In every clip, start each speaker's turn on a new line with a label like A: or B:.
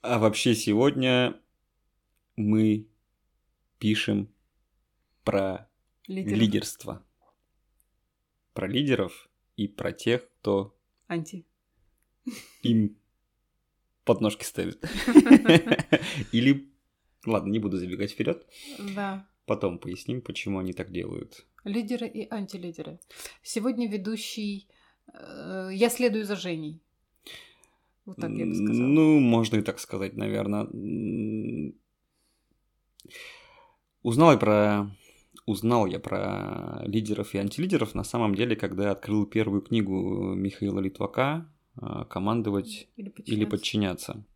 A: А вообще сегодня мы пишем про
B: Лидер.
A: лидерство. Про лидеров и про тех, кто
B: Анти.
A: им подножки ставит. Или... Ладно, не буду забегать вперед.
B: Да.
A: Потом поясним, почему они так делают.
B: Лидеры и антилидеры. Сегодня ведущий... э, Я следую за Женей. Вот так я бы сказала.
A: Ну, можно и так сказать, наверное. Узнал я про... Узнал я про лидеров и антилидеров на самом деле, когда открыл первую книгу Михаила Литвака а, «Командовать
B: Или
A: или
B: подчиняться.
A: подчиняться».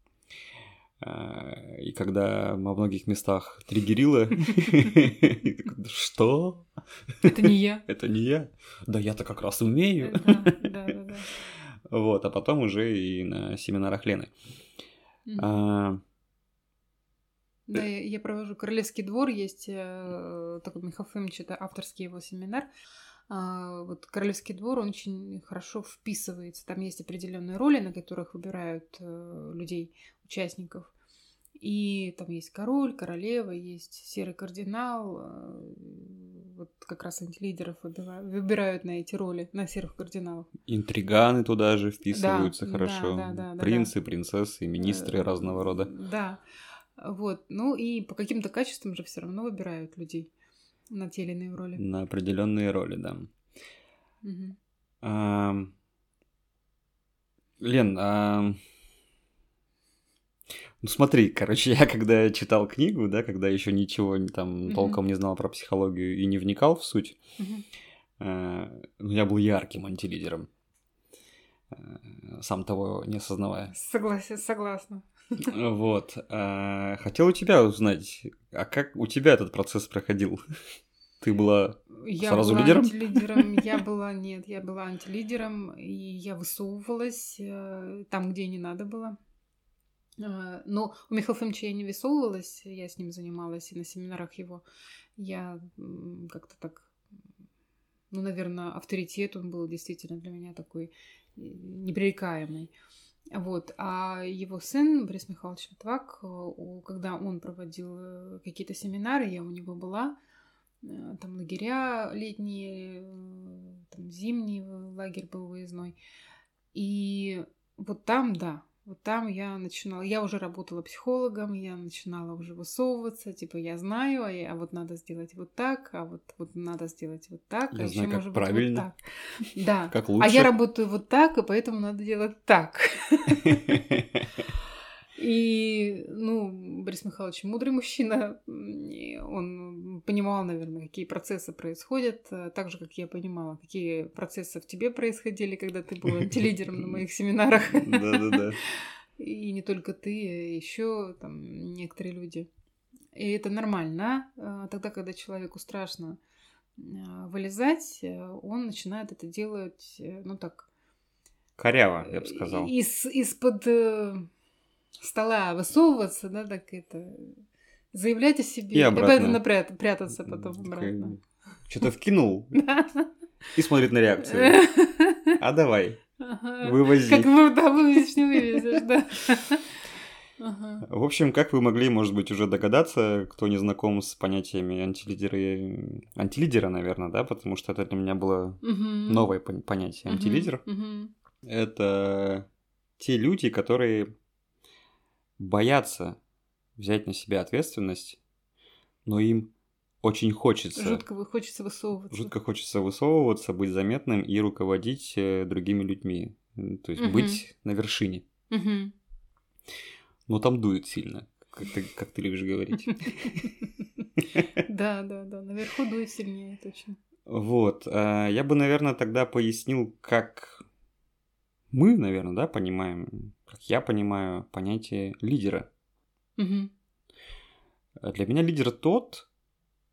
A: А, И когда во многих местах триггерило, и такой, «Да что?
B: Это не я. Э,
A: Это не я? Да я-то как раз умею.
B: Да, да, да, да.
A: Вот, а потом уже и на семинарах Лены.
B: Мгм.
A: А,
B: Да, я я провожу Королевский двор, есть э, такой Михаил Фомич, это авторский его семинар. А, Вот Королевский двор, он очень хорошо вписывается. Там есть определенные роли, на которых выбирают э, людей, участников. И там есть король, королева, есть серый кардинал. э, Вот как раз антилидеров выбива- выбирают на эти роли, на серых кардиналов.
A: Интриганы туда же вписываются
B: Да,
A: хорошо.
B: да, да, да,
A: Принцы, принцессы, министры
B: Э,
A: разного рода.
B: Да. Вот. Ну и по каким-то качествам же все равно выбирают людей на те или иные роли.
A: На определенные роли, да.
B: Мгм.
A: Ам, Лен, ам, ну смотри, короче, я когда читал книгу, да, когда еще ничего не- там
B: Мгм.
A: толком не знал про психологию и не вникал в суть,
B: Мгм.
A: а, ну, я был ярким антилидером, а, сам того не осознавая.
B: Согласен, согласна.
A: Вот. а, Хотел у тебя узнать, а как у тебя этот процесс проходил? Ты была...
B: Я
A: Сразу
B: была
A: лидером?
B: антилидером, я была, нет, я была антилидером, и я высовывалась э, там, где не надо было. Э, Но у Михаила Фомича я не высовывалась, я с ним занималась и на семинарах его. Я м, как-то так, м, ну, наверное, авторитет он был действительно для меня такой э, непререкаемый. Вот. А его сын, Борис Михайлович Литвак, э, у- когда он проводил э, какие-то семинары, я у него была, э, там лагеря летние, э, там зимний лагерь был выездной. И вот там, да, вот там я начинала, я уже работала психологом, я начинала уже высовываться, типа я знаю, а, я- а вот надо сделать вот так, а вот, вот надо сделать вот так,
A: Я
B: а
A: знаю,
B: еще
A: как
B: может быть
A: правильно.
B: вот так. Да.
A: Как
B: А я
A: лучше?
B: работаю вот так, и поэтому надо делать так. И, ну, Борис Михайлович мудрый мужчина, м, и он понимал, наверное, какие процессы происходят, э, так же, как я понимала, какие процессы в тебе происходили, когда ты был антилидером на моих семинарах.
A: Да-да-да.
B: И не только ты, еще там некоторые люди. И это нормально. а? Э, Тогда, когда человеку страшно э, вылезать, э, он начинает это делать, э, ну так,
A: Коряво, я бы сказал.
B: из, из-под э, стола высовываться, да, так это, заявлять о себе.
A: И
B: поэтому
A: обратно.
B: прят- прятаться потом обратно.
A: Что-то вкинул
B: Да.
A: и смотрит на реакцию. А давай,
B: Ага.
A: вывози.
B: Э, Как вы да, вывезешь, не вывезешь, да. Ага.
A: В общем, как вы могли, может быть, уже догадаться, кто не знаком с понятиями антилидера, и- антилидера, наверное, да, потому что это для меня было
B: Мгм.
A: новое пон- понятие.
B: Мгм.
A: Антилидер
B: Мгм.
A: это те люди, которые боятся взять на себя ответственность, но им очень хочется.
B: Жутко вы- хочется высовываться.
A: жутко хочется высовываться, быть заметным и руководить э, другими людьми. М, То есть
B: Мгм.
A: быть на вершине.
B: Мгм.
A: Но там дует сильно, как ты, как ты любишь говорить.
B: Да, да, да. Наверху дует сильнее, точно.
A: Вот. а, Я бы, наверное, тогда пояснил, как мы, наверное, да, понимаем, как я понимаю понятие лидера.
B: Мгм.
A: А Для меня лидер тот,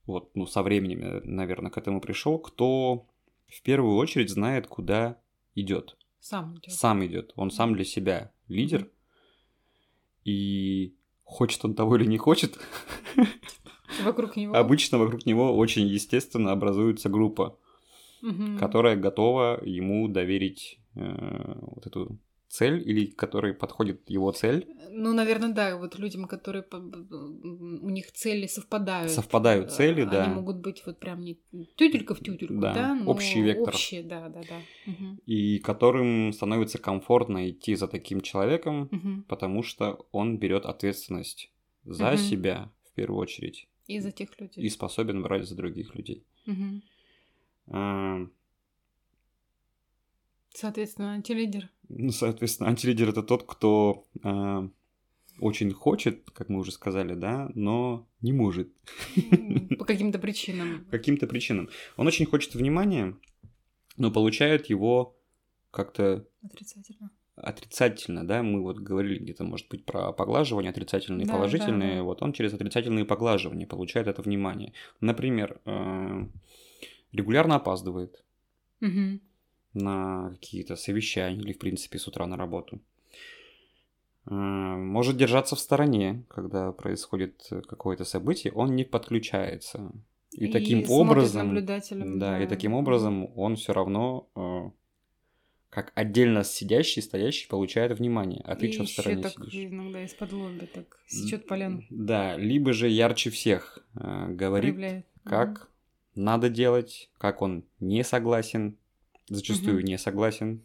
A: вот, ну, со временем, я, наверное, к этому пришел, кто в первую очередь знает, куда идет.
B: Сам идет.
A: Сам идет. Он сам для себя лидер.
B: Мгм.
A: И хочет он того или не хочет,
B: Вокруг него.
A: обычно вокруг него очень естественно образуется группа.
B: Мгм.
A: которая готова ему доверить э, вот эту цель или который подходит его цель.
B: Ну, наверное, да, вот людям, которые по- у них цели совпадают.
A: Совпадают цели,
B: Э, Они
A: да.
B: могут быть вот прям не тютелька в тютельку,
A: Да,
B: да, но
A: общий вектор.
B: Общие, да, да, да. Мгм.
A: И которым становится комфортно идти за таким человеком,
B: Мгм.
A: потому что он берет ответственность за
B: Мгм.
A: себя в первую очередь
B: И за тех людей.
A: и способен брать за других людей.
B: Мгм.
A: А,
B: Соответственно, антилидер.
A: Ну, соответственно, антилидер это тот, кто а, очень хочет, как мы уже сказали, да, но не может.
B: М, По каким-то причинам.
A: По каким-то причинам. Он очень хочет внимания, но получает его как-то
B: Отрицательно.
A: отрицательно, да, мы вот говорили где-то, может быть, про поглаживание отрицательные и
B: Да,
A: положительные,
B: да, да.
A: вот он через отрицательные поглаживания получает это внимание. Например, э, регулярно опаздывает
B: Мгм.
A: на какие-то совещания или, в принципе, с утра на работу. Э, Может держаться в стороне, когда происходит э, какое-то событие, он не подключается. И, таким
B: смотрит
A: образом...
B: наблюдателем,
A: Да, и таким образом он все равно э, как отдельно сидящий, стоящий получает внимание, а ты
B: И
A: что в
B: ещё
A: стороне
B: так
A: сидишь?
B: иногда из-под лобби так сечет поляну.
A: Да, либо же ярче всех э, говорит,
B: проявляет.
A: как надо делать, как он не согласен, зачастую
B: Мгм.
A: не согласен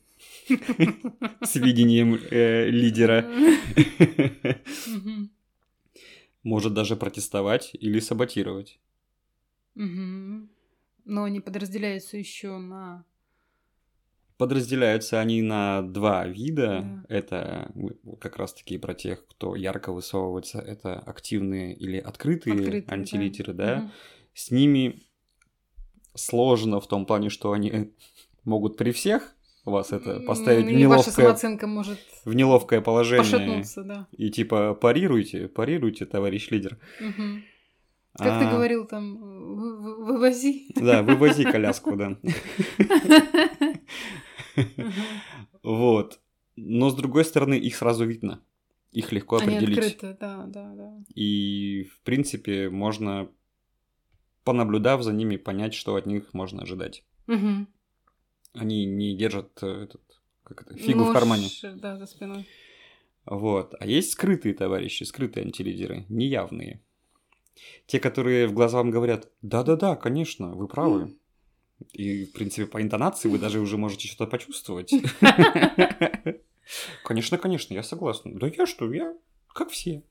B: Мгм.
A: с видением э, лидера.
B: Мгм.
A: Может даже протестовать или саботировать.
B: Мгм. Но они подразделяются еще на...
A: Подразделяются они на два вида.
B: Да.
A: Это мы как раз-таки про тех, кто ярко высовывается. Это активные или открытые,
B: открытые, да.
A: антилитеры, да.
B: Мгм.
A: С ними сложно в том плане, что они э, могут при всех вас это
B: М,
A: поставить в
B: и Ваша
A: неловкое,
B: самооценка может
A: в неловкое положение.
B: пошатнуться, да.
A: И типа парируйте, парируйте, товарищ лидер.
B: Мгм. Как ты
A: А,
B: говорил там, вы- вы- вывози.
A: Да, вывози коляску, да.
B: Мгм.
A: Вот. Но с другой стороны, их сразу видно. Их легко
B: Они
A: определить.
B: открыты, да, да, да.
A: И, в принципе, можно, понаблюдав за ними, понять, что от них можно ожидать.
B: Мгм.
A: Они не держат э, этот, как это, фигу в
B: Нож,
A: кармане.
B: Да, за спиной.
A: Вот. А есть скрытые товарищи, скрытые антилидеры, неявные. Те, которые в глаза вам говорят, да-да-да, конечно, вы правы. И, в принципе, по интонации вы даже уже можете что-то почувствовать. Конечно, конечно, я согласна. Да я что, я как все.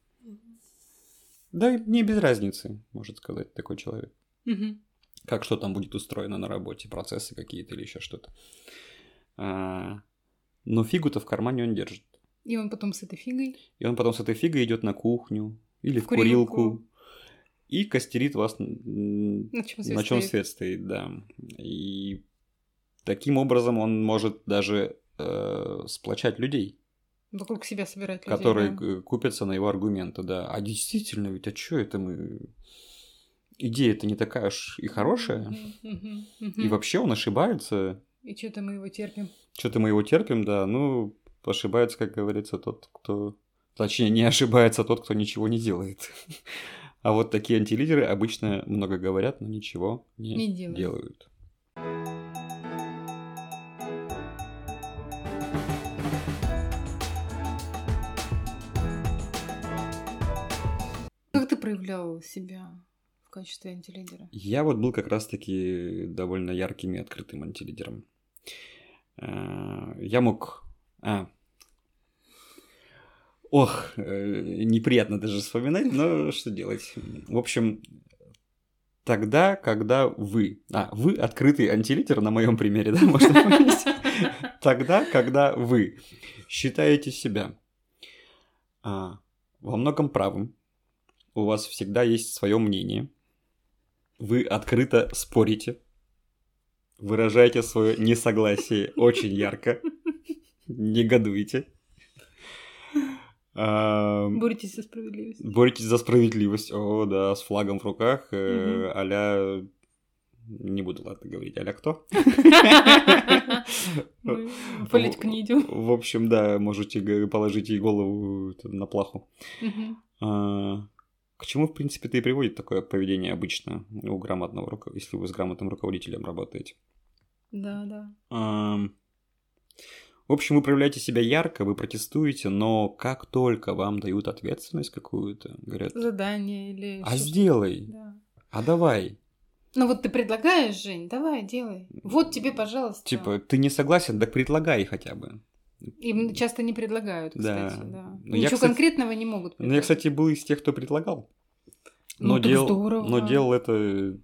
A: Да и мне без разницы, может сказать такой человек.
B: Мгм.
A: Как что там будет устроено на работе, процессы какие-то или еще что-то. А, Но фигу-то в кармане он держит.
B: И он потом с этой фигой.
A: И он потом с этой фигой идет на кухню или в,
B: В
A: курилку.
B: курилку.
A: и костерит вас, м,
B: На чем
A: на чем свет стоит, да. И таким образом он может даже э, сплочать людей,
B: Вокруг себя собирать людей.
A: которые
B: да.
A: э, купятся на его аргументы, да. А действительно, ведь а что это мы... Идея-то не такая уж и хорошая.
B: Мгм, мгм,
A: И вообще он ошибается.
B: И что-то мы его терпим.
A: Что-то мы его терпим, да. Ну, ошибается, как говорится, тот, кто... Точнее, не ошибается тот, кто ничего не делает. А вот такие антилидеры обычно много говорят, но ничего не,
B: Не делают.
A: делают.
B: Как ты проявлял себя в качестве антилидера?
A: Я вот был как раз-таки довольно ярким и открытым антилидером. А, Я мог... а. Ох, э, неприятно даже вспоминать, но что делать. В общем, тогда, когда вы... А, вы открытый антилидер на моем примере, да, можно понять? Тогда, когда вы считаете себя а, во многом правым, у вас всегда есть свое мнение, вы открыто спорите, выражаете свое несогласие очень ярко, негодуете, а,
B: Боретесь за справедливость.
A: боретесь за справедливость, о да, с флагом в руках, э, а-ля... Не буду, ладно, говорить, а-ля кто?
B: Мы в политику не идем.
A: В общем, да, можете г- положить ей голову это, на плаху. А, К чему, в принципе, это и приводит такое поведение обычно у грамотного рука- если вы с грамотным руководителем работаете.
B: Да, да.
A: Ам, А, В общем, вы проявляете себя ярко, вы протестуете, но как только вам дают ответственность какую-то, говорят,
B: Задание или...
A: а
B: что-то.
A: сделай,
B: Да.
A: а давай.
B: Ну вот ты предлагаешь, Жень, давай, делай. Вот тебе, пожалуйста.
A: Типа, ты не согласен, так предлагай хотя бы.
B: Им часто не предлагают,
A: Да.
B: кстати, да.
A: Ну, я,
B: Ничего
A: кстати-
B: конкретного не
A: Ну,
B: могут
A: я,
B: предложить.
A: кстати, был из тех, кто предлагал.
B: Ну,
A: Но,
B: так
A: дел...
B: здорово.
A: но делал это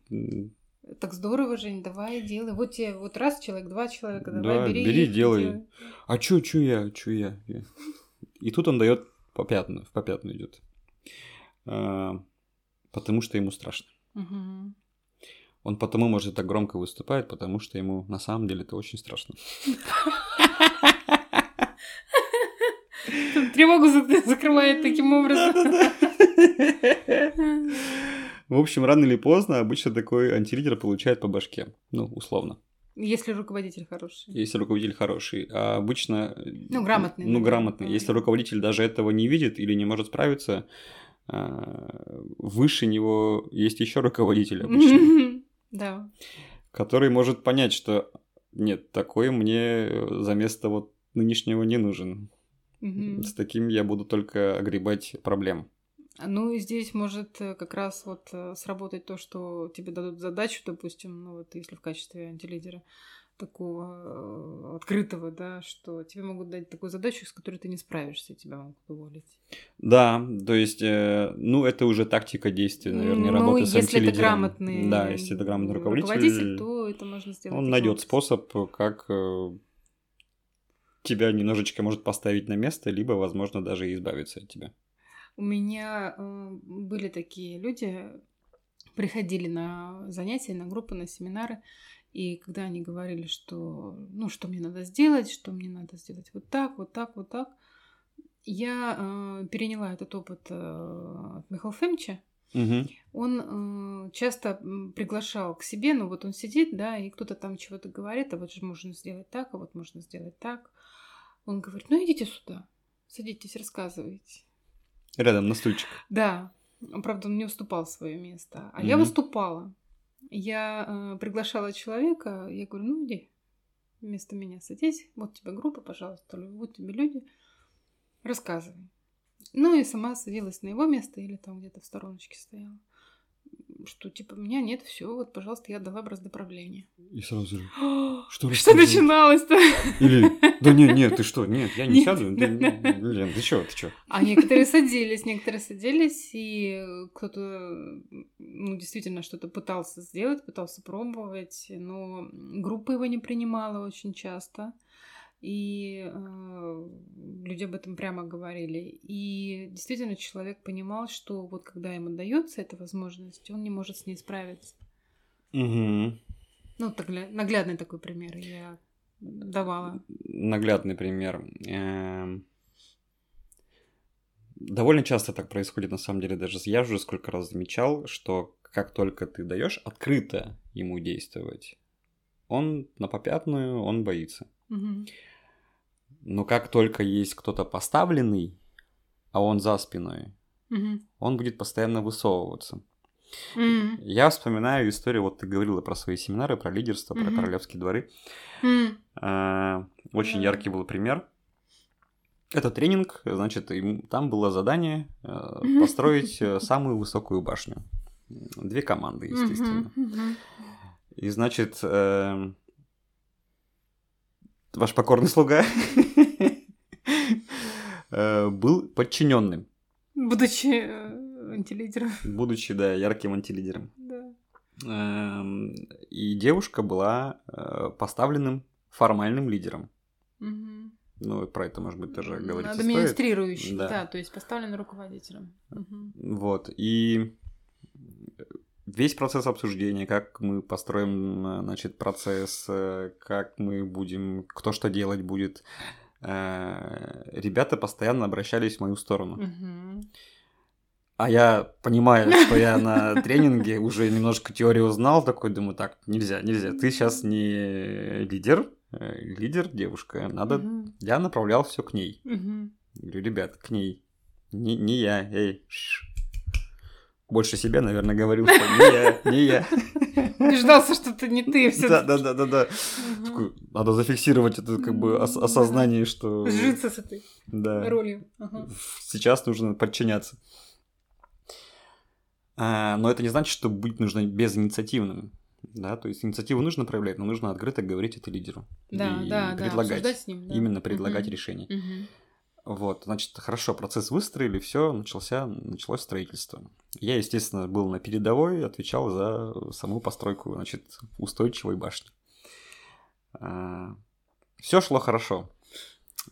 A: м,
B: Так здорово, Жень, давай, делай. Вот тебе вот раз человек, два человека, давай,
A: Да,
B: бери.
A: бери,
B: их,
A: делай. А чё, чё я, чё я? я?» И тут он дает по пятну, в попятную идет. Потому что ему страшно.
B: Мгм.
A: Он потому, может, так громко выступает, потому что ему на самом деле это очень страшно.
B: Тревогу за- закрывает таким образом.
A: Да-да-да. В общем, рано или поздно обычно такой антилидер получает по башке. Ну, условно.
B: Если руководитель хороший.
A: Если руководитель хороший. А обычно...
B: Ну, грамотный,
A: Ну,
B: наверное.
A: грамотный. Если руководитель даже этого не видит или не может справиться, а, выше него есть еще руководитель обычно.
B: Да.
A: который может понять, что нет, такой мне э, замес того нынешнего не нужен.
B: Мгм.
A: С таким я буду только огребать проблем.
B: Ну, и здесь может э, как раз вот э, сработать то, что тебе дадут задачу, допустим, ну вот если в качестве антилидера такого э, открытого, да, что тебе могут дать такую задачу, с которой ты не справишься, и тебя могут уволить.
A: Да, то есть, э, ну, это уже тактика действия, наверное,
B: ну,
A: работы с
B: если это
A: антилидером.
B: грамотный,
A: Да, если это грамотный руководитель,
B: то это можно сделать.
A: он
B: таким
A: найдет
B: образом.
A: способ, как э, тебя немножечко может поставить на место, либо, возможно, даже и избавиться от тебя.
B: У меня э, были такие люди, приходили на занятия, на группы, на семинары, и когда они говорили, что, ну, что мне надо сделать, что мне надо сделать вот так, вот так, вот так, я э, переняла этот опыт э, от Михаила Фемча.
A: Мгм.
B: Он э, часто м, приглашал к себе, ну вот он сидит, да, и кто-то там чего-то говорит, а вот же можно сделать так, а вот можно сделать так. Он говорит, ну идите сюда, садитесь, рассказывайте.
A: Рядом на стульчик.
B: Да, Он, правда, он не уступал свое место, а я
A: Мгм.
B: выступала. Я э, приглашала человека, я говорю, ну иди, вместо меня садись, вот тебе группа, пожалуйста, лю- вот тебе люди, рассказывай. Ну и сама садилась на его место или там где-то в стороночке стояла, что типа меня нет, все, вот, пожалуйста, я отдала образное правление.
A: И сразу же. Что
B: Что,
A: рассказывать?
B: начиналось-то?
A: Или, да нет, нет, ты что, нет, я не
B: Нет.
A: сяду. Ты- Лен, ты чё, ты чё?
B: А некоторые садились, некоторые садились, и кто-то ну, действительно что-то пытался сделать, пытался пробовать, но группа его не принимала очень часто. И э, люди об этом прямо говорили. И действительно человек понимал, что вот когда ему дается эта возможность, он не может с ней справиться.
A: Угу.
B: Ну, так, для- наглядный такой пример я давала.
A: Наглядный пример. Эм, Довольно часто так происходит, на самом деле, даже с- я уже сколько раз замечал, что как только ты даешь открыто ему действовать, он на попятную, он боится.
B: Мгм.
A: Но как только есть кто-то поставленный, а он за спиной,
B: Мгм.
A: он будет постоянно высовываться.
B: М.
A: Я вспоминаю историю, вот ты говорила про свои семинары, про лидерство, про
B: Мгм.
A: королевские дворы.
B: М.
A: А, Очень
B: Да.
A: яркий был пример. Это тренинг, значит, им- там было задание э,
B: Мгм.
A: построить э, самую высокую башню. Две команды, естественно.
B: Мгм. Мгм.
A: И, значит, эм, ваш покорный слуга э, был подчиненным,
B: Будучи э, антилидером.
A: будучи, да, ярким антилидером.
B: Да.
A: Эм, И девушка была э, поставленным формальным лидером.
B: Мгм.
A: Ну, про это, может быть, тоже
B: М,
A: говорить не стоит.
B: Администрирующий,
A: Да.
B: да. то есть поставлен руководителем. Мгм.
A: Вот, и весь процесс обсуждения, как мы построим, э, значит, процесс, э, как мы будем, кто что делать будет, э, ребята постоянно обращались в мою сторону.
B: Мгм.
A: А я, понимаю, что я на тренинге уже немножко теорию узнал, такой думаю, так, нельзя, нельзя, ты сейчас не лидер, э, лидер девушка, надо...
B: Мгм.
A: Я направлял все к ней.
B: Мгм.
A: Говорю, ребят, к ней. Не, не я, эй. шш». Больше себя, наверное, говорил, что не я, не я.
B: Убеждался, что это не ты а все.
A: Да, да, да, да, да. Такой, Надо зафиксировать это как бы ос-
B: Мгм,
A: осознание, что
B: Сжиться с этой
A: э, да,
B: ролью. Ага.
A: в- сейчас нужно подчиняться. А, но это не значит, что быть нужно безинициативным. Да, то есть инициативу нужно проявлять, но нужно открыто говорить это лидеру.
B: Да,
A: и
B: да, да.
A: предлагать.
B: обсуждать с ним. да.
A: Именно предлагать
B: Мгм.
A: решение.
B: Мгм.
A: Вот, значит, хорошо, процесс выстроили, все, начался, началось строительство. Я, естественно, был на передовой, отвечал за саму постройку, значит, устойчивой башни. Все шло хорошо.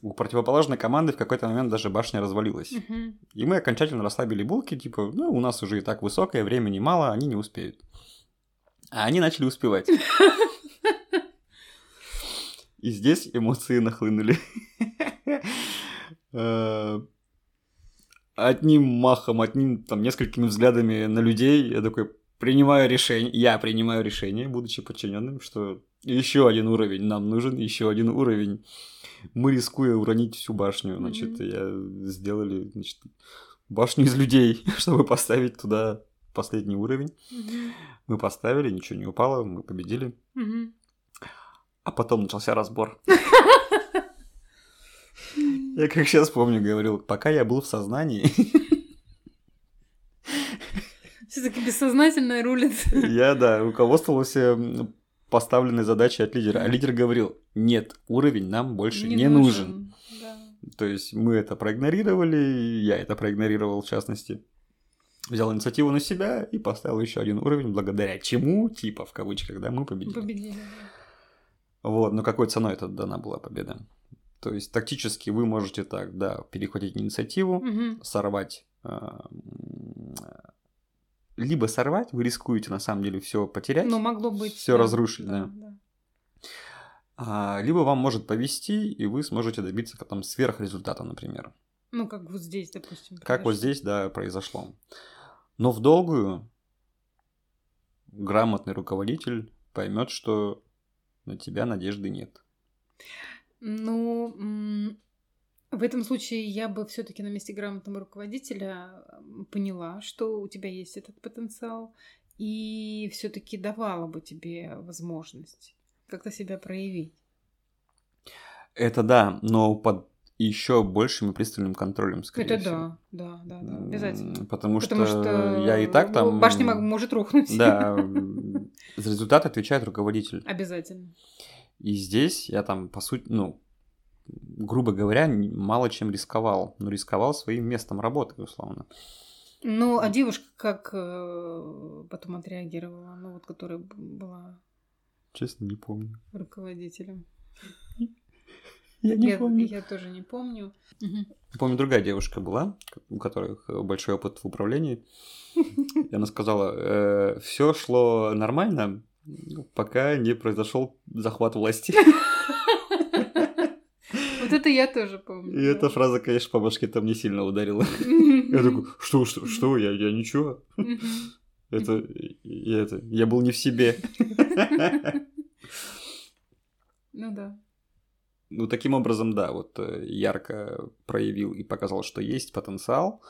A: У противоположной команды в какой-то момент даже башня развалилась.
B: Мгм.
A: И мы окончательно расслабили булки, типа, ну, у нас уже и так высокое, времени мало, они не успеют. А они начали успевать. И здесь эмоции нахлынули. Э, Одним махом, одним, там, несколькими взглядами на людей я такой принимаю решение, я принимаю решение, будучи подчиненным, что еще один уровень нам нужен, еще один уровень. Мы, рискуя уронить всю башню, значит,
B: Мгм.
A: я сделали, значит, башню из людей, чтобы поставить туда последний уровень.
B: Мгм.
A: Мы поставили, ничего не упало, мы победили.
B: Мгм.
A: А потом начался разбор. Я как сейчас помню, говорил, пока я был в сознании,
B: Все-таки бессознательно рулит.
A: я, да, руководствовался м, поставленной задачей от лидера. А лидер говорил, нет, уровень нам больше не, нужен.
B: Да.
A: То есть мы это проигнорировали, и я это проигнорировал в частности. Взял инициативу на себя и поставил еще один уровень, благодаря чему, типа, в кавычках, да, мы победили.
B: Победили. да.
A: Вот, но какой ценой это дана была победа? То есть тактически вы можете так, да, перехватить инициативу,
B: Мгм.
A: сорвать, а, м, а, либо сорвать, вы рискуете на самом деле все потерять,
B: Но могло быть.
A: Всё разрушили, да.
B: да.
A: а, либо вам может повести, и вы сможете добиться потом сверхрезультата, например.
B: Ну, как вот здесь, допустим.
A: Как вот
B: произошло.
A: здесь, да, произошло. Но в долгую грамотный руководитель поймет, что на тебя надежды нет.
B: Ну, м, в этом случае я бы все-таки на месте грамотного руководителя м, поняла, что у тебя есть этот потенциал, и все-таки давала бы тебе возможность как-то себя проявить.
A: Это да, но под еще большим и пристальным контролем, скорее
B: Ну, Это
A: всего.
B: да, да, да, да,
A: М,
B: обязательно.
A: Потому, что, я и так там...
B: Башня мог- может рухнуть.
A: Да, м, за результат отвечает руководитель.
B: Обязательно.
A: И здесь я там, по сути, ну, грубо говоря, н- мало чем рисковал. Но рисковал своим местом работы, условно.
B: Ну, а девушка как э, потом отреагировала, ну, вот которая б- была
A: Честно, не помню.
B: руководителем.
A: Я не
B: я,
A: помню.
B: я тоже не помню. Мгм.
A: Помню, другая девушка была, у которых э, большой опыт в управлении. И она сказала, все шло нормально, пока не произошел захват власти.
B: Вот это я тоже помню.
A: И
B: да.
A: эта фраза, конечно, по башке-то мне сильно ударила. Я такой, что, что, что, я, я ничего.
B: Мгм.
A: Это, я, это, я был не в себе.
B: Ну да.
A: Ну, таким образом, да, вот э, ярко проявил и показал, что есть потенциал,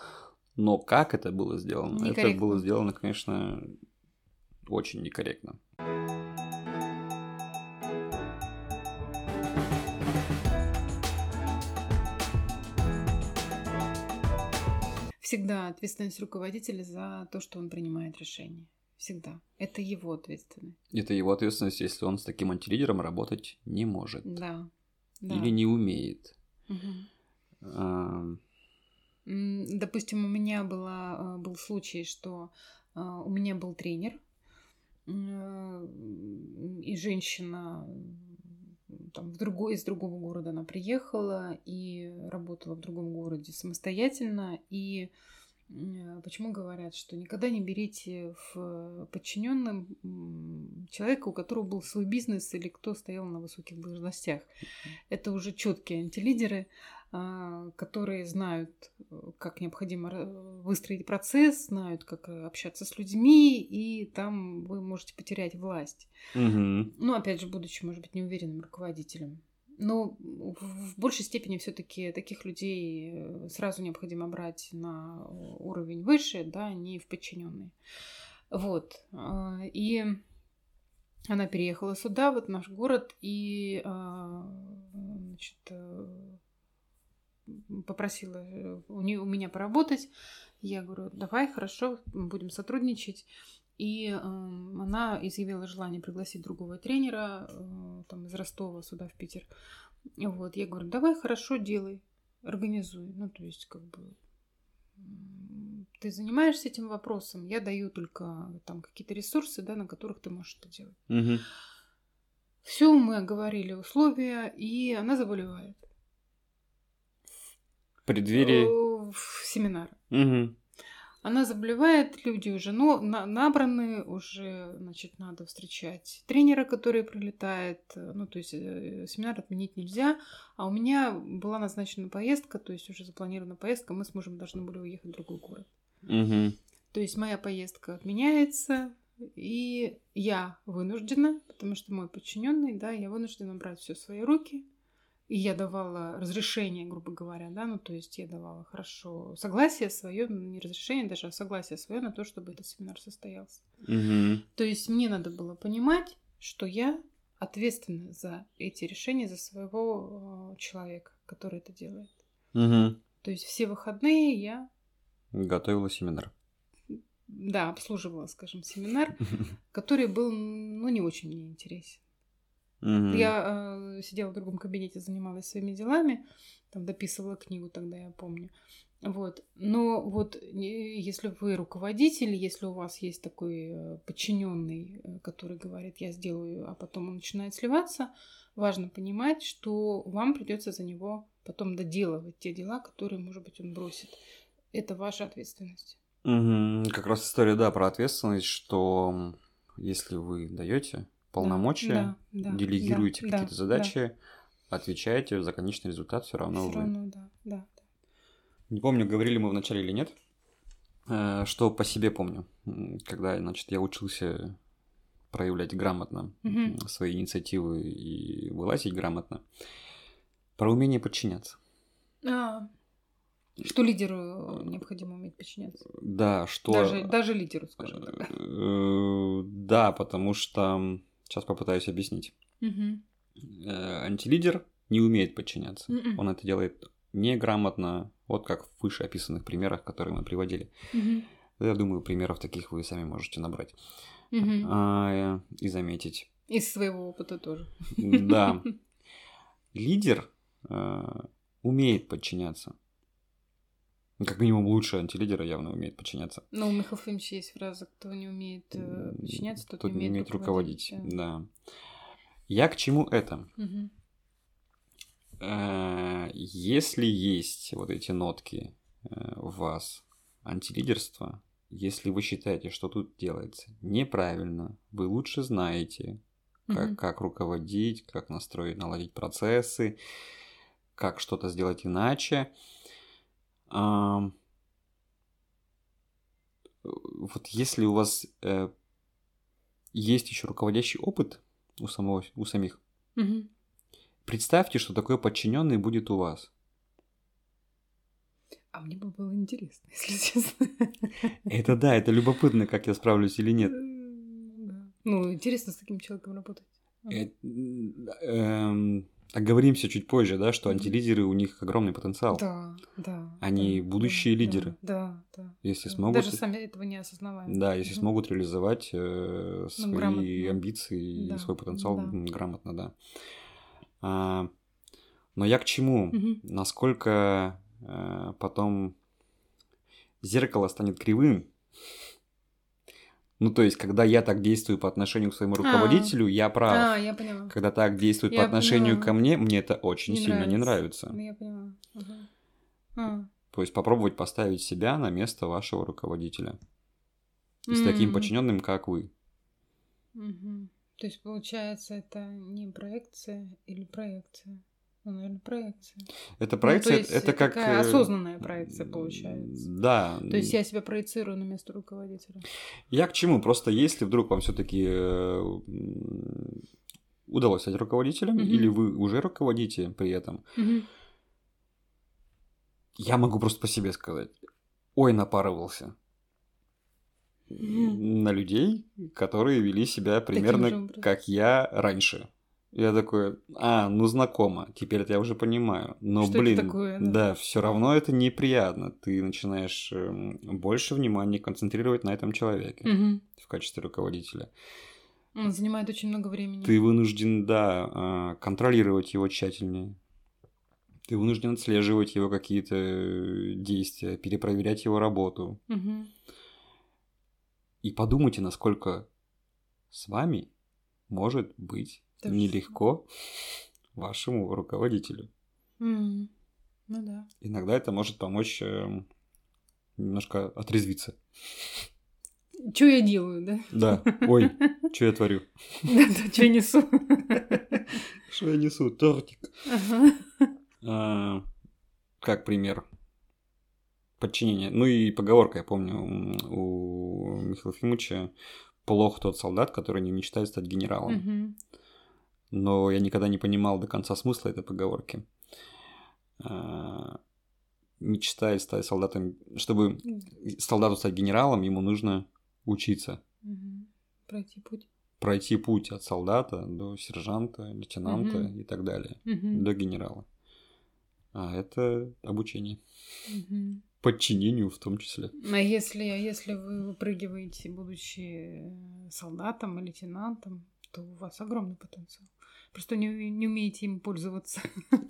A: но как это было сделано? Это
B: Некорректно.
A: было сделано, конечно, очень некорректно.
B: Всегда ответственность руководителя за то, что он принимает решение. Всегда. Это его ответственность.
A: Это его ответственность, если он с таким антилидером работать не может
B: Да. да.
A: или не умеет.
B: Мгм.
A: А,
B: М, Допустим, у меня была, э, был случай, что э, у меня был тренер, м, и женщина м, там, в другой, из другого города она приехала и работала в другом городе самостоятельно. И м, э, почему говорят, что никогда не берите в подчиненным м, человека, у которого был свой бизнес или кто стоял на высоких должностях. Это уже четкие антилидеры, а, которые знают, э, как необходимо ра- выстроить процесс, знают, как э, общаться с людьми, и там вы можете потерять власть.
A: мгм.
B: Ну, опять же, будучи, может быть, неуверенным руководителем. Но в в большей степени все-таки таких людей э, сразу необходимо брать на уровень выше, да, не в подчиненные. Вот. А, И Она переехала сюда, вот в наш город, и а, значит, э, попросила э, у, нее, у меня поработать. Я говорю, давай, хорошо, будем сотрудничать. И э, она изъявила желание пригласить другого тренера э, там, из Ростова сюда, в Питер. И Вот, я говорю, давай, хорошо, делай, организуй. Ну, то есть, как бы, м, ты занимаешься этим вопросом, я даю только там какие-то ресурсы, да, на которых ты можешь это делать.
A: Мгм.
B: Все, мы оговорили условия, и она заболевает.
A: В преддверии...
B: Э, В семинар.
A: Мгм.
B: Она заболевает, люди уже но, на- набраны, уже, значит, надо встречать тренера, который прилетает. э, Ну, то есть э, семинар отменить нельзя. А у меня была назначена поездка, то есть уже запланирована поездка, мы с мужем должны были уехать в другой город.
A: Мгм.
B: То есть моя поездка отменяется, и я вынуждена, потому что мой подчиненный, да, я вынуждена брать все в свои руки. И я давала разрешение, грубо говоря, да, ну то есть я давала хорошо согласие свое, не разрешение даже, а согласие свое на то, чтобы этот семинар состоялся.
A: Мгм.
B: То есть мне надо было понимать, что я ответственна за эти решения, за своего э, человека, который это делает.
A: Мгм.
B: То есть все выходные я,
A: Готовила семинар.
B: да, обслуживала, скажем, семинар, который был, ну, не очень мне интересен.
A: Мгм.
B: Я э, сидела в другом кабинете, занималась своими делами, там дописывала книгу тогда, я помню. Вот. Но вот э, если вы руководитель, если у вас есть такой э, подчиненный, э, который говорит, я сделаю, а потом он начинает сливаться, важно понимать, что вам придется за него потом доделывать те дела, которые, может быть, он бросит. Это ваша ответственность.
A: Мгм. Как раз история, да, про ответственность, что м, если вы даете полномочия,
B: Да, да, да,
A: делегируете
B: да,
A: какие-то
B: да.
A: задачи, отвечаете за конечный результат, все равно
B: Всё
A: вы.
B: равно, да, да.
A: Не помню, говорили мы вначале или нет, э, что по себе помню, М, когда, значит, я учился проявлять грамотно
B: Мгм.
A: м, свои инициативы и вылазить грамотно, про умение подчиняться.
B: А, что лидеру необходимо уметь подчиняться.
A: Да, что...
B: Даже, даже лидеру, скажем так.
A: Э, Да, потому что... Сейчас попытаюсь объяснить.
B: Мгм.
A: Э, Антилидер не умеет подчиняться.
B: Мгм.
A: Он это делает неграмотно, вот как в вышеописанных примерах, которые мы приводили.
B: Мгм.
A: Я думаю, примеров таких вы сами можете набрать
B: Мгм.
A: А, э, и заметить.
B: Из своего опыта тоже.
A: Да. Лидер э, умеет подчиняться. Ну, Как минимум лучше антилидера явно умеет подчиняться.
B: Но у Михаила Фомича есть фраза, кто не умеет э, подчиняться, тот,
A: Тот
B: не умеет руководить.
A: Да. Я к чему это?
B: Да. Мгм.
A: Э, если есть вот эти нотки э, в вас антилидерства, если вы считаете, что тут делается неправильно, вы лучше знаете, как,
B: Мгм.
A: как руководить, как настроить, наладить процессы, как что-то сделать иначе. Ам, э, Вот если у вас э, есть еще руководящий опыт у, самого, у самих,
B: Мгм.
A: представьте, что такой подчиненный будет у вас.
B: А мне бы было интересно, если честно.
A: Это да, это любопытно, как я справлюсь или нет.
B: Да. Ну, интересно с таким человеком работать.
A: Э, эм, Оговоримся чуть позже, да, что антилидеры у них огромный потенциал.
B: Да, да.
A: Они
B: да,
A: будущие
B: да,
A: лидеры.
B: Да, да.
A: Если
B: да.
A: смогут.
B: Даже сами этого не осознаваем.
A: Да, если
B: Мгм. Ну,
A: смогут реализовать э, свои
B: грамотно.
A: амбиции и
B: Да,
A: свой потенциал
B: да.
A: м, грамотно, да. А, но я к чему?
B: Мгм.
A: Насколько э, потом зеркало станет кривым? Ну, то есть, когда я так действую по отношению к своему руководителю, я прав.
B: А, я поняла.
A: Когда так действует по
B: Я
A: отношению
B: поняла.
A: ко мне, мне это очень
B: Не
A: сильно не
B: нравится.
A: нравится.
B: Ну, я поняла. Ага. А.
A: То есть попробовать поставить себя на место вашего руководителя. И с
B: М.
A: таким подчиненным, как вы.
B: Мгм. То есть, получается, это не проекция или проекция? Ну, наверное, проекция.
A: Это
B: Ну,
A: проекция,
B: то есть
A: это как...
B: такая
A: э,
B: осознанная проекция получается.
A: Да.
B: То есть я себя проецирую на место руководителя.
A: Я к чему? Просто если вдруг вам все-таки удалось стать руководителем,
B: Мгм.
A: или вы уже руководите при этом,
B: Мгм.
A: я могу просто по себе сказать. Ой, напарывался.
B: Мгм.
A: на людей, которые вели себя
B: же
A: примерно
B: образом.
A: как я раньше. Я такой, а, ну знакомо, теперь это я уже понимаю. Но,
B: Что это
A: блин,
B: такое, Ну да.
A: да, все равно это неприятно. Ты начинаешь эм, больше внимания концентрировать на этом человеке
B: Мгм.
A: в качестве руководителя.
B: Он занимает очень много времени.
A: Ты вынужден, да, а, контролировать его тщательнее. Ты вынужден отслеживать его какие-то э, действия, перепроверять его работу.
B: Мгм.
A: И подумайте, насколько с вами может быть
B: То же
A: нелегко вашему руководителю.
B: М. Ну да.
A: Иногда это может помочь эм, немножко отрезвиться.
B: Чё я делаю, да?
A: Да, ой, что я творю?
B: Да-да, чё я несу?
A: Что я несу? Тортик.
B: Ага.
A: А, как пример подчинения. Ну и поговорка, я помню, м, у Михаила Фимовича плох тот солдат, который не мечтает стать генералом.
B: Мгм.
A: Но я никогда не понимал до конца смысла этой поговорки. А, Мечтает стать солдатом. Чтобы солдату стать генералом, ему нужно учиться.
B: Мгм. Пройти путь.
A: Пройти путь от солдата до сержанта, лейтенанта
B: Мгм.
A: и так далее.
B: Мгм.
A: До генерала. А это обучение.
B: Мгм.
A: подчинению в том числе.
B: А если, а если вы выпрыгиваете, будучи э, солдатом и лейтенантом, то у вас огромный потенциал. Просто не, уме- не умеете им пользоваться.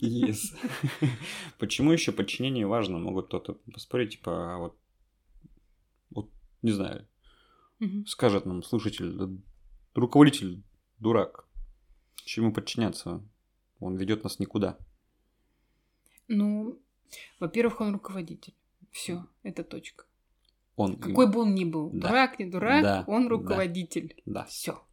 A: Yes. Почему еще подчинение важно? Могут кто-то поспорить, типа, а вот, вот, не знаю,
B: Мгм.
A: скажет нам слушатель, да, руководитель дурак, чему подчиняться? Он ведет нас никуда.
B: Ну, во-первых, он руководитель. Все, это точка.
A: Он им-
B: Какой бы он ни был,
A: Да.
B: дурак, не дурак,
A: Да,
B: он
A: да.
B: руководитель.
A: Да,
B: Все.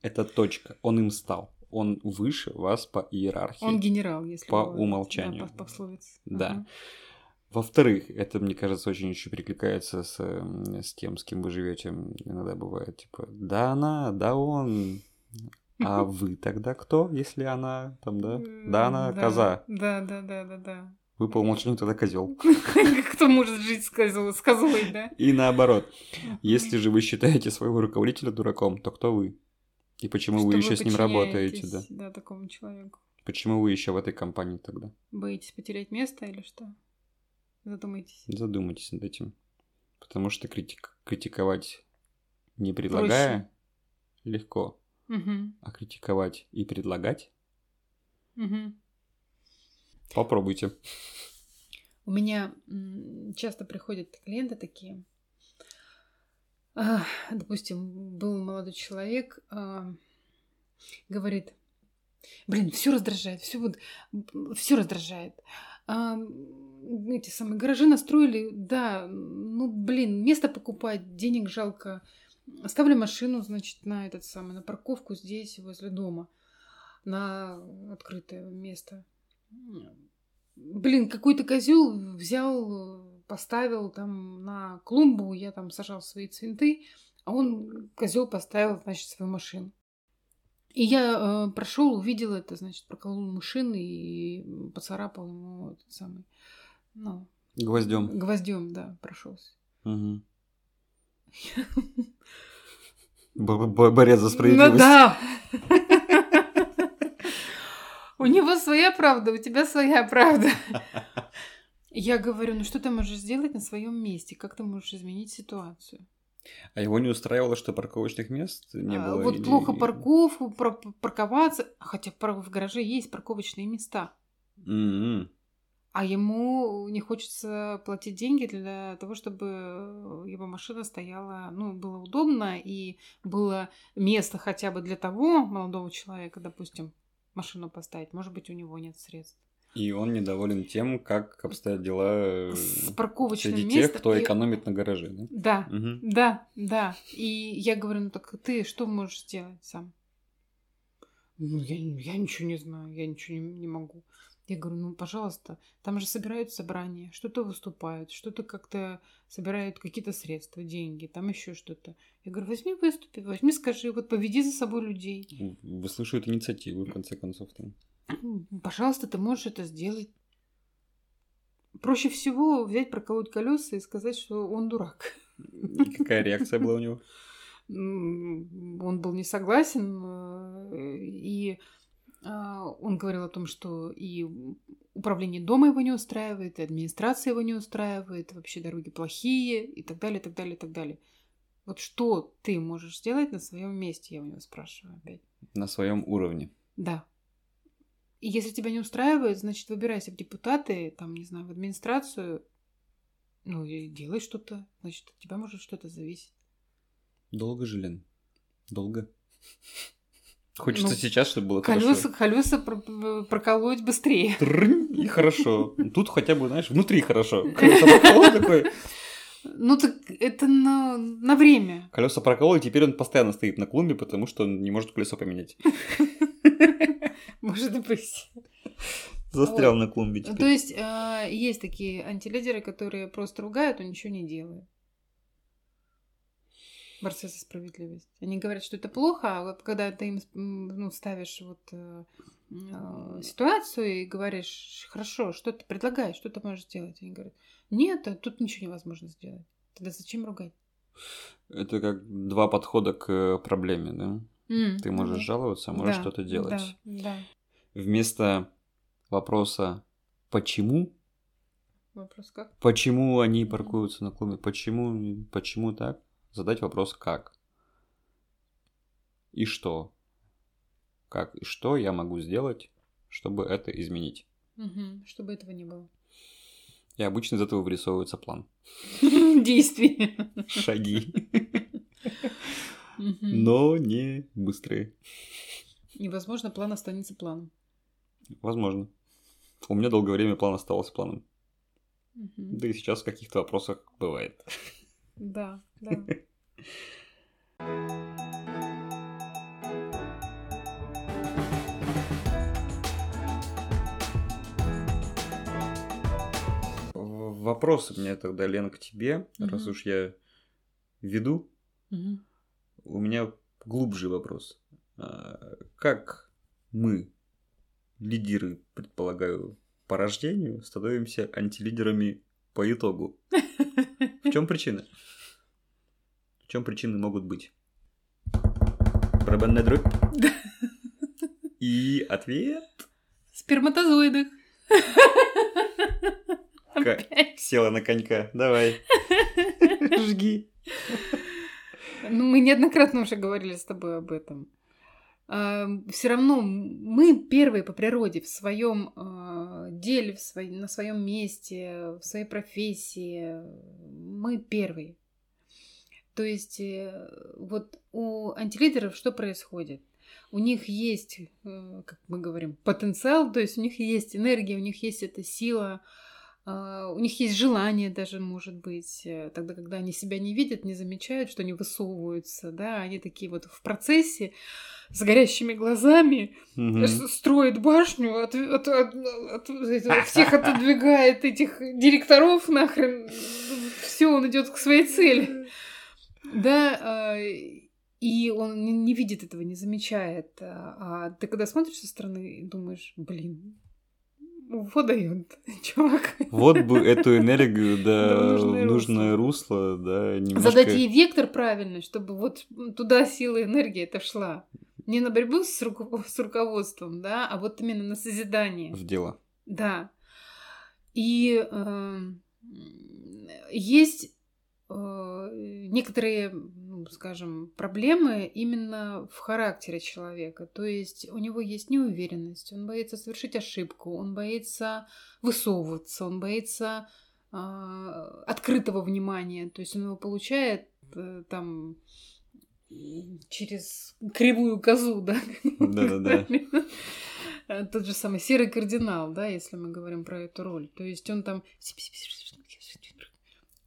A: это точка. Он им стал. Он выше вас по иерархии.
B: Он генерал, если
A: По
B: говорить,
A: умолчанию.
B: Да, по пословице.
A: Да.
B: Ага.
A: Во-вторых, это, мне кажется, очень еще перекликается с, эм, с тем, с кем вы живете. Иногда бывает, типа, да она, да он, а вы тогда кто, если она там, да?
B: М,
A: Да она коза.
B: Да, да, да, да, да.
A: Вы по умолчанию тогда козел.
B: Кто может жить с козой, с козой, да?
A: И наоборот, если же вы считаете своего руководителя дураком, то кто вы? И почему вы
B: Что
A: еще с ним работаете, да?
B: подчиняетесь, Да, такому человеку.
A: Почему вы еще в этой компании тогда?
B: Боитесь потерять место или что? Задумайтесь.
A: Задумайтесь над этим. Потому что критик- критиковать не предлагая, легко.
B: Мгм,
A: а критиковать и предлагать,
B: мгм.
A: попробуйте.
B: У меня м, часто приходят клиенты такие. А, Допустим, был молодой человек, а, говорит, блин, все раздражает, все вот, все раздражает. А, м, эти самые гаражи настроили, да, ну, блин, место покупать, денег жалко. Оставлю машину, значит, на этот самый, на парковку здесь, возле дома, на открытое место. Блин, какой-то козел взял, поставил там на клумбу, я там сажал свои цветы, а он, козел, поставил, значит, свою машину. И я прошел, увидел это, значит, проколол машины и поцарапал ему этот самый, ну,
A: Гвоздем.
B: гвоздем, да, прошелся.
A: Борец за справедливость.
B: Ну да. У него своя правда, у тебя своя правда. Я говорю, ну что ты можешь сделать на своем месте? Как ты можешь изменить ситуацию?
A: А его не устраивало, что парковочных мест не
B: А,
A: было?
B: вот
A: или-
B: плохо парковку, пар- парковаться, хотя пар- в гараже есть парковочные места.
A: Мгм.
B: А ему не хочется платить деньги для того, чтобы его машина стояла, ну, было удобно и было место хотя бы для того молодого человека, допустим, машину поставить. Может быть, у него нет средств.
A: И он недоволен тем, как обстоят дела э,
B: С парковочным
A: среди
B: местом...
A: тех, кто
B: и-
A: экономит на гараже. Да?
B: Да,
A: Мгм.
B: да, да. И я говорю, ну так ты что можешь сделать сам? Ну, я, я ничего не знаю, я ничего не, не могу. Я говорю, ну, пожалуйста, там же собирают собрания, что-то выступают, что-то как-то собирают какие-то средства, деньги, там еще что-то. Я говорю, возьми выступи, возьми скажи, вот поведи за собой людей.
A: Выслушивают инициативу, в конце концов. Там.
B: Ну, Пожалуйста, ты можешь это сделать. Проще всего взять, проколоть колеса и сказать, что он дурак.
A: И Какая реакция была у него?
B: М, он был не согласен, э, и а, он говорил о том, что и управление дома его не устраивает, и администрация его не устраивает, вообще дороги плохие, и так далее, и так далее, и так далее. Вот что ты можешь сделать на своем месте, я у него спрашиваю опять.
A: На своем уровне.
B: Да. И если тебя не устраивает, значит, выбирайся в депутаты, там, не знаю, в администрацию, ну, и делай что-то, значит, от тебя может что-то зависеть.
A: Долго же, Лен? Долго. Хочется
B: Ну,
A: сейчас, чтобы было
B: Колеса,
A: хорошо.
B: колеса про- про- проколоть быстрее.
A: Трынь, И хорошо. Тут хотя бы, знаешь, внутри хорошо. Колеса проколол такое.
B: Ну, так это на, на время.
A: Колеса проколол, и теперь он постоянно стоит на клумбе, потому что он не может колесо поменять.
B: Может быть.
A: Застрял на клумбе
B: То
A: теперь.
B: есть э, есть такие антилидеры, которые просто ругают, но ничего не делают. Борцы за справедливость. Они говорят, что это плохо, а вот когда ты им м, ну, ставишь вот э, э, ситуацию и говоришь, хорошо, что ты предлагаешь, что ты можешь сделать? Они говорят, нет, а тут ничего невозможно сделать. Тогда зачем ругать?
A: Это как два подхода к э, проблеме, да?
B: М,
A: Ты можешь
B: да.
A: жаловаться, а можешь
B: Да,
A: что-то делать.
B: Да, да.
A: Вместо вопроса «почему?»,
B: Вопрос как?
A: почему они
B: Мгм.
A: паркуются на клумбе, почему, почему так, задать вопрос «как?». И что? Как и что я могу сделать, чтобы это изменить?
B: Мгм, Чтобы этого не было.
A: И обычно из этого вырисовывается план.
B: Действий.
A: Шаги.
B: Мгм.
A: Но не быстрые.
B: Невозможно, план останется планом.
A: Возможно. У меня долгое время план оставался планом.
B: Мгм.
A: Да и сейчас в каких-то вопросах бывает.
B: Да, да.
A: В- Вопрос у меня тогда, Лен, к тебе, раз
B: Мгм.
A: уж я веду.
B: Мгм.
A: У меня глубже вопрос. А, Как мы, лидеры, предполагаю, по рождению, становимся антилидерами по итогу? В чем причина? В чем причины могут быть? Барабанная дробь.
B: Да.
A: И ответ
B: Сперматозоиды.
A: Ка- села на конька. Давай. Жги.
B: Ну, мы неоднократно уже говорили с тобой об этом. Все равно мы первые по природе в своем деле, в своей- на своем месте, в своей профессии. Мы первые. То есть э, вот у антилидеров что происходит? У них есть, э, как мы говорим, потенциал, то есть у них есть энергия, у них есть эта сила, а, у них есть желание даже, может быть, э, тогда, когда они себя не видят, не замечают, что они высовываются, да, они такие вот в процессе с горящими глазами
A: Мгм.
B: с- строит башню, от- от- от- от- это, всех отодвигает этих директоров нахрен, все, он идет к своей цели. Да, а, и он не- не видит этого, не замечает. А а ты когда смотришь со стороны и думаешь, блин, вот дает, чувак.
A: Вот бы эту энергию,
B: Да,
A: да,
B: в нужное
A: в нужное русло, да, немножко...
B: Задать ей вектор правильно, чтобы вот туда сила и энергия это шла. Не на борьбу с, руко- с руководством, да, а вот именно на созидание.
A: в дело.
B: Да. И эм, есть э, некоторые, ну, скажем, проблемы именно в характере человека. То есть у него есть неуверенность, он боится совершить ошибку, он боится высовываться, он боится э, открытого внимания. То есть он его получает э, там м, через кривую козу, да?
A: Да-да-да.
B: Э, Тот же самый серый кардинал, да, если мы говорим про эту роль. То есть он там...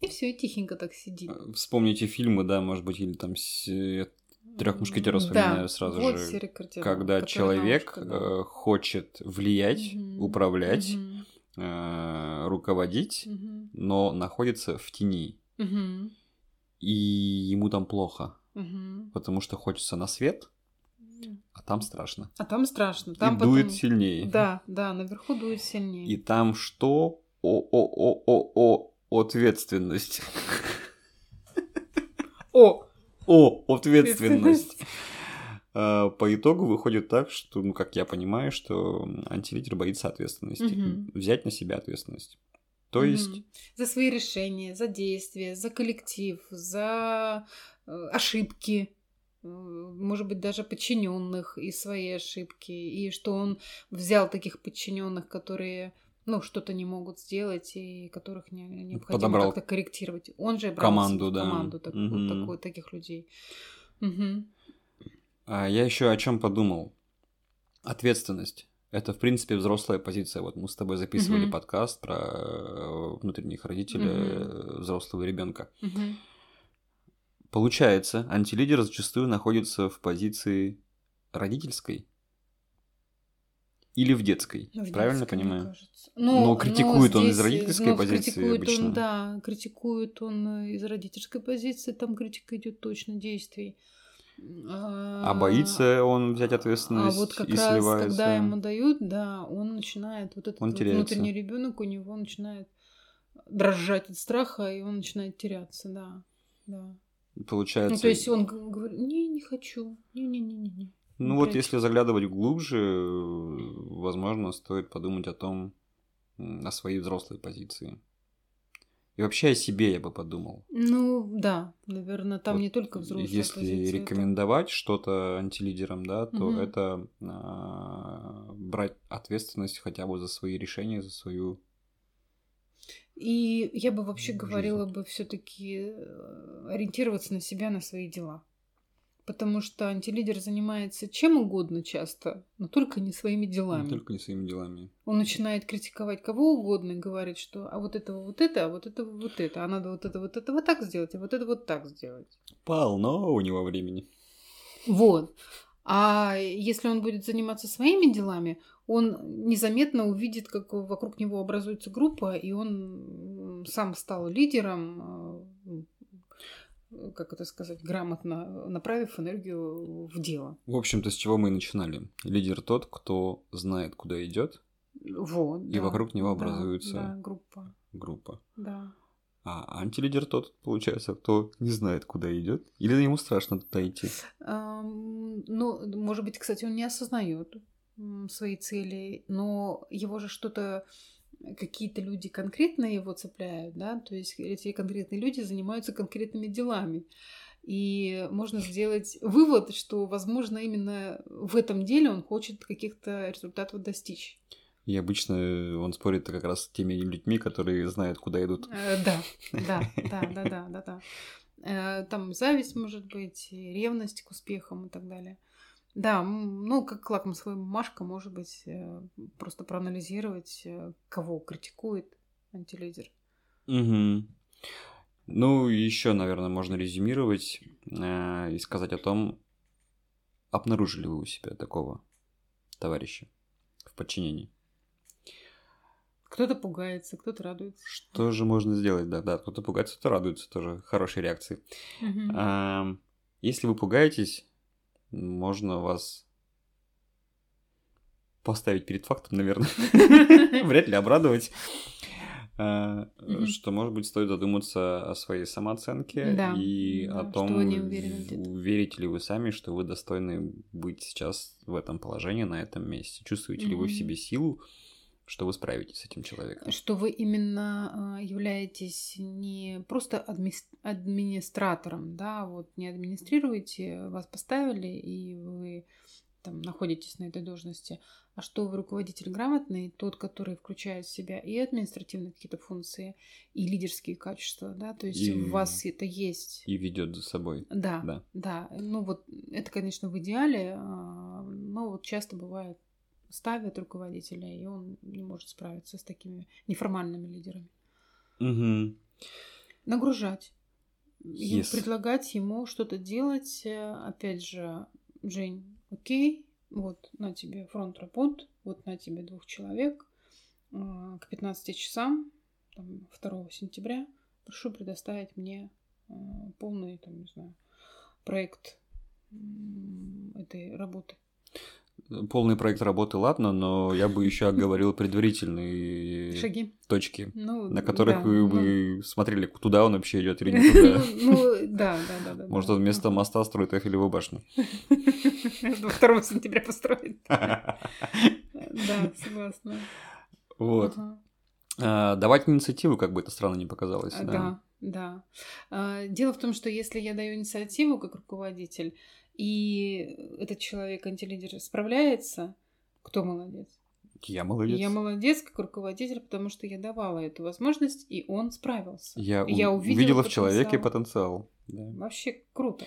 B: И все, и тихенько так сидит.
A: Вспомните фильмы, да, может быть, или там э, «Трёх мушкетеров» вспоминаю сразу
B: вот
A: же,
B: серый кардинал, который
A: когда
B: на
A: человек
B: ушко, да.
A: э, хочет влиять,
B: Мгм.
A: управлять,
B: Мгм.
A: э, руководить,
B: Мгм.
A: но находится в тени.
B: Мгм.
A: И ему там плохо,
B: Мгм.
A: потому что хочется на свет, а там страшно.
B: А там страшно. Там
A: и
B: потом-
A: дует сильнее.
B: Да, да, наверху дует сильнее.
A: И там что? О-о-о-о-о ответственность.
B: О!
A: О, ответственность. Э, По итогу выходит так, что, ну, как я понимаю, что антилидер боится ответственности.
B: Мгм.
A: Взять на себя ответственность. То
B: Мгм.
A: есть,
B: За свои решения, за действия, за коллектив, за э, ошибки, э, может быть, даже подчиненных и свои ошибки, и что он взял таких подчиненных, которые ну, что-то не могут сделать и которых не, необходимо
A: Подобрал
B: как-то корректировать. Он же брал
A: команду,
B: в
A: да.
B: команду так- вот
A: Мгм.
B: такой- таких людей. Мгм.
A: а, я еще о чем подумал. Ответственность. Это, в принципе, взрослая позиция. Вот мы с тобой записывали
B: Мгм.
A: подкаст про э, внутренних родителей э, взрослого ребенка.
B: Мгм.
A: Получается, антилидер зачастую находится в позиции родительской или в детской.
B: Ну, в
A: правильно
B: детской, мне
A: понимаю?
B: кажется. Ну,
A: Но
B: ну,
A: критикует он из
B: здесь,
A: родительской
B: ну,
A: позиции
B: критикует он,
A: обычно.
B: да, критикует он э, из родительской позиции, там критика идет точно действий. А,
A: А боится он взять ответственность
B: А вот как
A: и
B: раз,
A: сливается.
B: когда ему дают, да, он начинает, вот этот
A: Он
B: вот
A: теряется.
B: внутренний ребенок у него начинает дрожать от страха, и он начинает теряться, да. Да.
A: Получается.
B: Ну, то есть он г- говорит, не, не хочу, не-не-не-не.
A: Ну вот
B: прячет.
A: если заглядывать глубже, э, возможно, стоит подумать о том, м, о своей взрослой позиции. И вообще о себе я бы подумал.
B: Ну, да, наверное, там
A: Вот
B: не только взрослые
A: Если
B: позиции, это-
A: рекомендовать что-то антилидерам, да, то
B: Мгм.
A: это а, брать ответственность хотя бы за свои решения, за свою.
B: И я бы вообще
A: Жизнь.
B: говорила бы все-таки ориентироваться на себя, на свои дела. Потому что антилидер занимается чем угодно часто, но только не своими
A: Не
B: делами.
A: только не своими делами.
B: Он начинает критиковать кого угодно и говорит, что а вот этого вот это, а вот этого вот это, а надо вот это вот это вот так сделать, а вот это вот так сделать.
A: Полно у него времени.
B: Вот. А если он будет заниматься своими делами, он незаметно увидит, как вокруг него образуется группа, и он м, сам стал лидером, э, как это сказать, грамотно направив энергию в дело.
A: В общем-то, с чего мы и начинали. Лидер тот, кто знает, куда идет
B: Вот.
A: И
B: да.
A: вокруг него
B: Да,
A: образуется
B: Да, группа.
A: группа.
B: Да.
A: А антилидер тот, получается, кто не знает, куда идет. Или ему страшно туда идти.
B: Ам, Ну, может быть, кстати, он не осознает м, свои цели, но его же что-то э, какие-то люди конкретно его цепляют, да, то есть эти конкретные люди занимаются конкретными делами. И можно сделать вывод, что, возможно, именно в этом деле он хочет каких-то результатов достичь.
A: И обычно он спорит как раз с теми людьми, которые знают, куда идут.
B: Э, Да, да, да, да, да, да, да. Э, Там зависть может быть, и ревность к успехам и так далее. Да, м, ну, как лакмусовая бумажка, может быть, э, просто проанализировать, э, кого критикует антилидер.
A: Угу. Ну, еще, наверное, можно резюмировать э, и сказать о том, обнаружили вы у себя такого товарища в подчинении.
B: Кто-то пугается, кто-то радуется.
A: Что же можно сделать? Да, да, кто-то пугается, кто радуется, тоже хорошие реакции.
B: Мгм.
A: А. Ам, Если вы пугаетесь, можно вас поставить перед фактом, наверное. Вряд ли обрадовать. А,
B: Мгм.
A: Что, может быть, стоит задуматься о своей самооценке
B: Да,
A: и
B: да,
A: о
B: что
A: том,
B: вы не уверены где-то.
A: верите ли вы сами, что вы достойны быть сейчас в этом положении, на этом месте. Чувствуете ли вы в
B: Мгм.
A: себе силу, что вы справитесь с этим человеком?
B: Что вы именно а, являетесь не просто адмис- администратором, да, а вот не администрируете, вас поставили, и вы там находитесь на этой должности, а что вы руководитель грамотный, тот, который включает в себя и административные какие-то функции, и лидерские качества, да, то есть
A: И-
B: у вас это есть.
A: И ведет за собой.
B: Да,
A: Да.
B: да, Ну вот это, конечно, в идеале, а, но вот часто бывает ставят руководителя, и он не может справиться с такими неформальными лидерами.
A: Мгм.
B: Нагружать. И
A: Yes.
B: Предлагать ему что-то делать. э, Опять же, Жень, окей, вот на тебе фронт работ, вот на тебе двух человек э, к 15 часам там, 2 сентября. Прошу предоставить мне э, полный, там, не знаю, проект м, этой работы.
A: полный проект работы, ладно, но я бы еще оговорил предварительные
B: Шаги.
A: точки,
B: Ну,
A: на которых
B: да,
A: вы
B: ну,
A: бы смотрели, куда он вообще идет или не
B: Ну,
A: туда.
B: ну, да, да, да, да.
A: Может,
B: да.
A: он вместо моста строит Эйфелеву башню.
B: 2 сентября построит. Да, согласна.
A: Вот.
B: Ага.
A: А, Давать инициативу, как бы это странно не показалось.
B: А, Да, да. А, Дело в том, что если я даю инициативу как руководитель, и этот человек, антилидер, справляется, кто молодец?
A: Я молодец.
B: Я молодец как руководитель, потому что я давала эту возможность, и он справился.
A: Я, у-
B: Я увидела
A: увидела в человеке
B: потенциал.
A: потенциал. Да.
B: Вообще круто.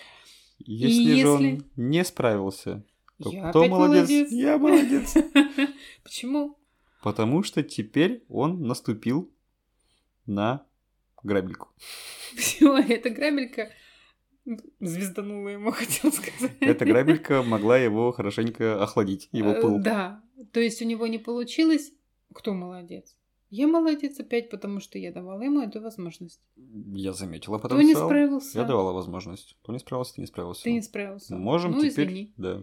A: Если,
B: если-
A: же он не справился, то
B: Я
A: кто
B: опять
A: молодец? Я молодец.
B: Почему?
A: потому что теперь он наступил на грабельку.
B: Все, эта грабелька звезданула ему, хотел сказать.
A: Эта грабелька могла его хорошенько охладить, его
B: Э,
A: пыл.
B: Да. То есть у него не получилось. Кто молодец? Я молодец опять, потому что я давала ему эту возможность.
A: Я заметила
B: Кто не
A: потенциал.
B: справился?
A: Я давала возможность. Кто не справился, ты не справился.
B: Ты не справился.
A: Можем
B: ну,
A: теперь
B: Извини.
A: да,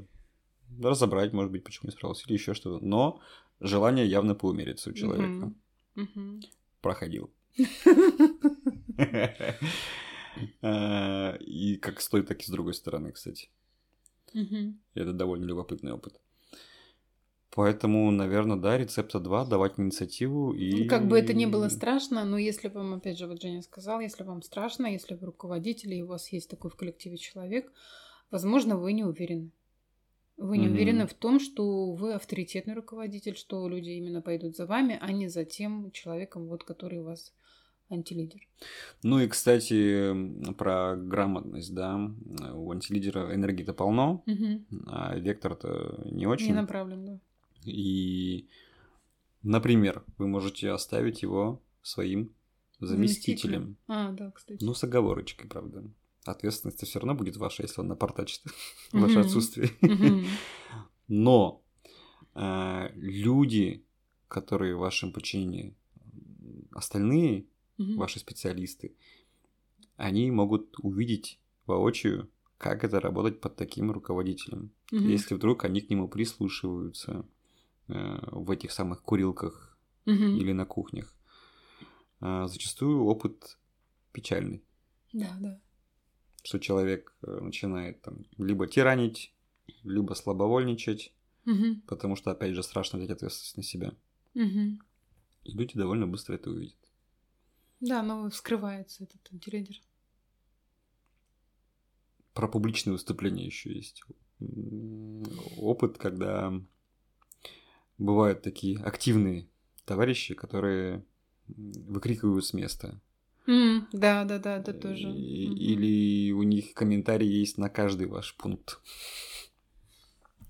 A: разобрать, может быть, почему не справился или еще что-то. Но желание явно поумериться у человека.
B: Мгм. Мгм.
A: Проходил. Э, И как с той, так и с другой стороны, кстати.
B: Мгм.
A: И Это довольно любопытный опыт. Поэтому, наверное, да, рецепта два, давать инициативу и...
B: Ну, Как бы это ни было страшно, но если вам, опять же, вот Женя сказал, если вам страшно, если вы руководитель, и у вас есть такой в коллективе человек, возможно, вы не уверены. Вы не
A: Мгм.
B: уверены в том, что вы авторитетный руководитель, что люди именно пойдут за вами, а не за тем человеком, вот, который у вас антилидер.
A: Ну и, кстати, м, про грамотность, да. У антилидера энергии-то полно,
B: Мгм.
A: а вектор-то не
B: Не
A: очень.
B: направлен, да.
A: И, например, вы можете оставить его своим заместителем.
B: А, да, кстати.
A: Ну, с оговорочкой, правда. Ответственность все равно будет ваша, если он напортачит в ваше
B: Мгм.
A: отсутствие.
B: Мгм.
A: Но э, люди, которые в вашем подчинении, м, остальные
B: Мгм.
A: ваши специалисты, они могут увидеть воочию, как это работать под таким руководителем.
B: Мгм.
A: Если вдруг они к нему прислушиваются э, в этих самых курилках
B: Мгм.
A: или на кухнях, Э, зачастую опыт печальный,
B: Да, да.
A: что человек э, начинает там либо тиранить, либо слабовольничать,
B: Мгм.
A: потому что, опять же, страшно взять ответственность на себя.
B: Мгм.
A: И люди довольно быстро это увидят.
B: Да, но вскрывается этот антилидер.
A: Про публичные выступления еще есть м, опыт, когда бывают такие активные товарищи, которые м, выкрикивают с места.
B: М, Да, да, да, это тоже.
A: И-
B: Мгм.
A: Или у них комментарии есть на каждый ваш пункт.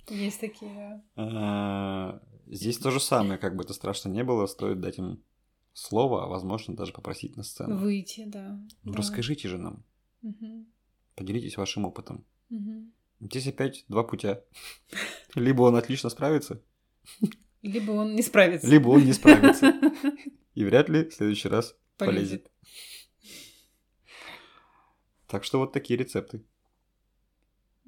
B: Есть такие, да.
A: А, Здесь то же самое, как бы это страшно не было, стоит дать им слово, а возможно даже попросить на сцену.
B: Выйти, да.
A: Ну,
B: да.
A: расскажите же нам,
B: Мгм.
A: поделитесь вашим опытом.
B: Мгм.
A: Здесь опять два путя. Либо он отлично справится,
B: Либо он не справится.
A: либо он не справится. И вряд ли в следующий раз
B: Полезет.
A: полезет. Так что вот такие рецепты.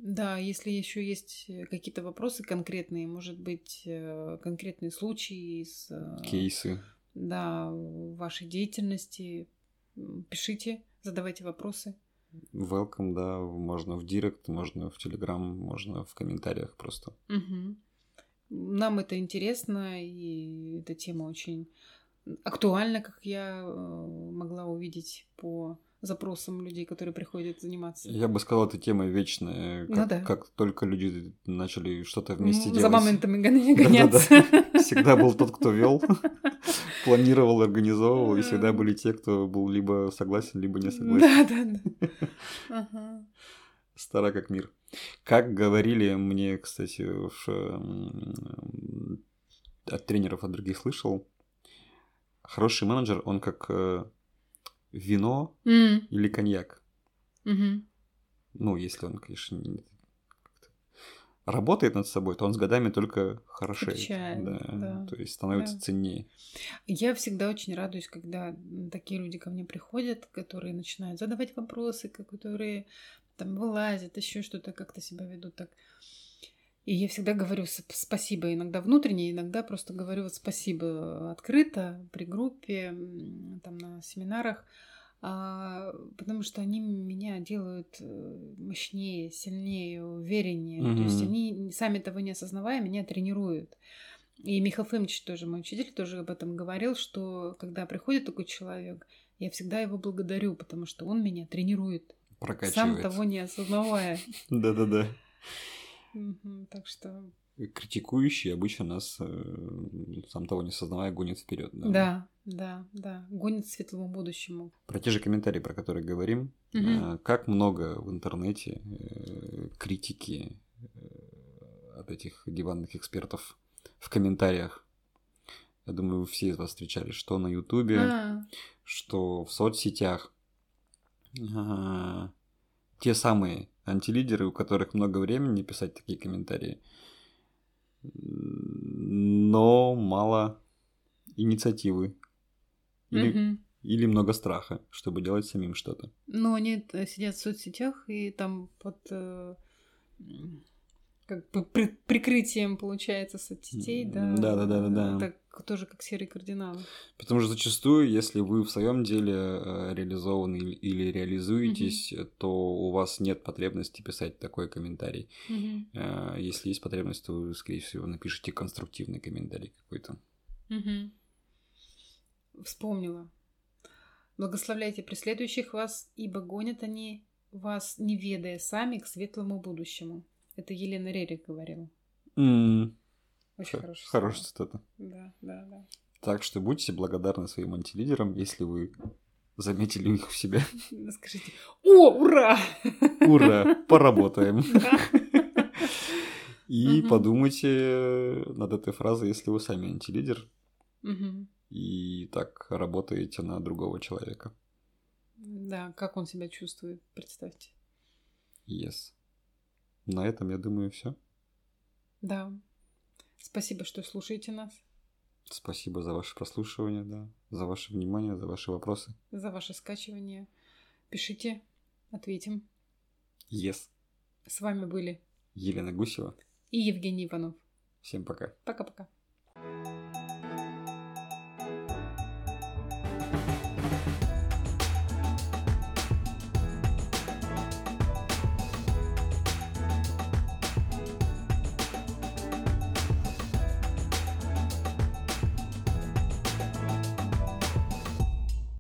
B: Да, если еще есть э, какие-то вопросы конкретные, может быть, э, конкретные случаи из э,
A: Кейсы.
B: да, вашей деятельности, м, пишите, задавайте вопросы.
A: Welcome, да, можно в директ, можно в телеграм, можно в комментариях просто.
B: Мгм. Нам это интересно, и эта тема очень актуальна, как я э, могла увидеть по запросам людей, которые приходят заниматься.
A: Я бы сказал, эта тема вечная.
B: Ну
A: Как,
B: да.
A: как только люди начали что-то
B: М,
A: вместе
B: Ну, За
A: делать.
B: моментами гоня-
A: Да-да-да.
B: гоняться.
A: Всегда был тот, кто вел, планировал, организовывал, и всегда были те, кто был либо согласен, либо не согласен.
B: Да, да, да. Ага.
A: Стара как мир. Как говорили мне, кстати, уж, эм, от тренеров, от других слышал, хороший менеджер, он как э, вино
B: М,
A: или коньяк.
B: мгм.
A: Ну, если он, конечно, не- как-то работает над собой, то он с годами только хорошеет.
B: Крепчает, да.
A: То есть становится
B: Да.
A: ценнее.
B: Я всегда очень радуюсь, когда м, такие люди ко мне приходят, которые начинают задавать вопросы, ко- которые там вылазят, еще что-то как-то себя ведут так. И я всегда говорю с- спасибо, иногда внутренне, иногда просто говорю вот спасибо открыто при группе, м, там на семинарах, а, потому что они меня делают э, мощнее, сильнее, увереннее. То есть
A: Мгм.
B: они, сами того не осознавая, меня тренируют. И Михаил Фомич тоже, мой учитель, тоже об этом говорил, что когда приходит такой человек, я всегда его благодарю, потому что он меня тренирует, сам
A: Прокачивает.
B: того не осознавая.
A: Да-да-да.
B: Мгм, Так что
A: Критикующий обычно нас, э, сам того не сознавая, гонит вперед.
B: Да, да, да. Гонит к светлому будущему.
A: Про те же комментарии, про которые говорим.
B: Мгм.
A: А, Как много в интернете э, критики э, от этих диванных экспертов в комментариях. Я думаю, все из вас встречали, что на Ютубе,
B: А,
A: что в соцсетях. А, Те самые антилидеры, у которых много времени писать такие комментарии, М, но мало инициативы или,
B: мгм.
A: или много страха, чтобы делать самим что-то.
B: Ну, они э, сидят в соцсетях и там под э, м, как бы при- прикрытием, получается, соцсетей, да.
A: М, да-да-да-да-да.
B: Так тоже как серые кардиналы.
A: Потому что зачастую, если вы в своем деле э, реализованы или- или реализуетесь, э, то у вас нет потребности писать такой комментарий.
B: Мгм,
A: Э, Если есть потребность, то вы, скорее всего, напишите конструктивный комментарий какой-то.
B: мгм. Вспомнила. Благословляйте преследующих вас, ибо гонят они вас, не ведая сами, к светлому будущему. Это Елена Рерик говорила.
A: М,
B: Очень
A: хо-
B: хорошая.
A: Хорошая цитата.
B: Да, да, да.
A: Так что будьте благодарны своим антилидерам, если вы заметили их в себе.
B: Скажите, о, ура!
A: Ура, поработаем.
B: Да.
A: И
B: Мгм.
A: подумайте над этой фразой, если вы сами антилидер
B: Мгм.
A: и так работаете на другого человека.
B: Да, как он себя чувствует, представьте.
A: Yes. На этом, я думаю, все.
B: Да. Спасибо, что слушаете нас,
A: Спасибо за ваше прослушивание, да, за ваше внимание, за ваши вопросы.
B: за ваше скачивание. Пишите, ответим.
A: Yes.
B: С вами были
A: Елена Гусева.
B: и Евгений Иванов.
A: Всем пока.
B: Пока-пока.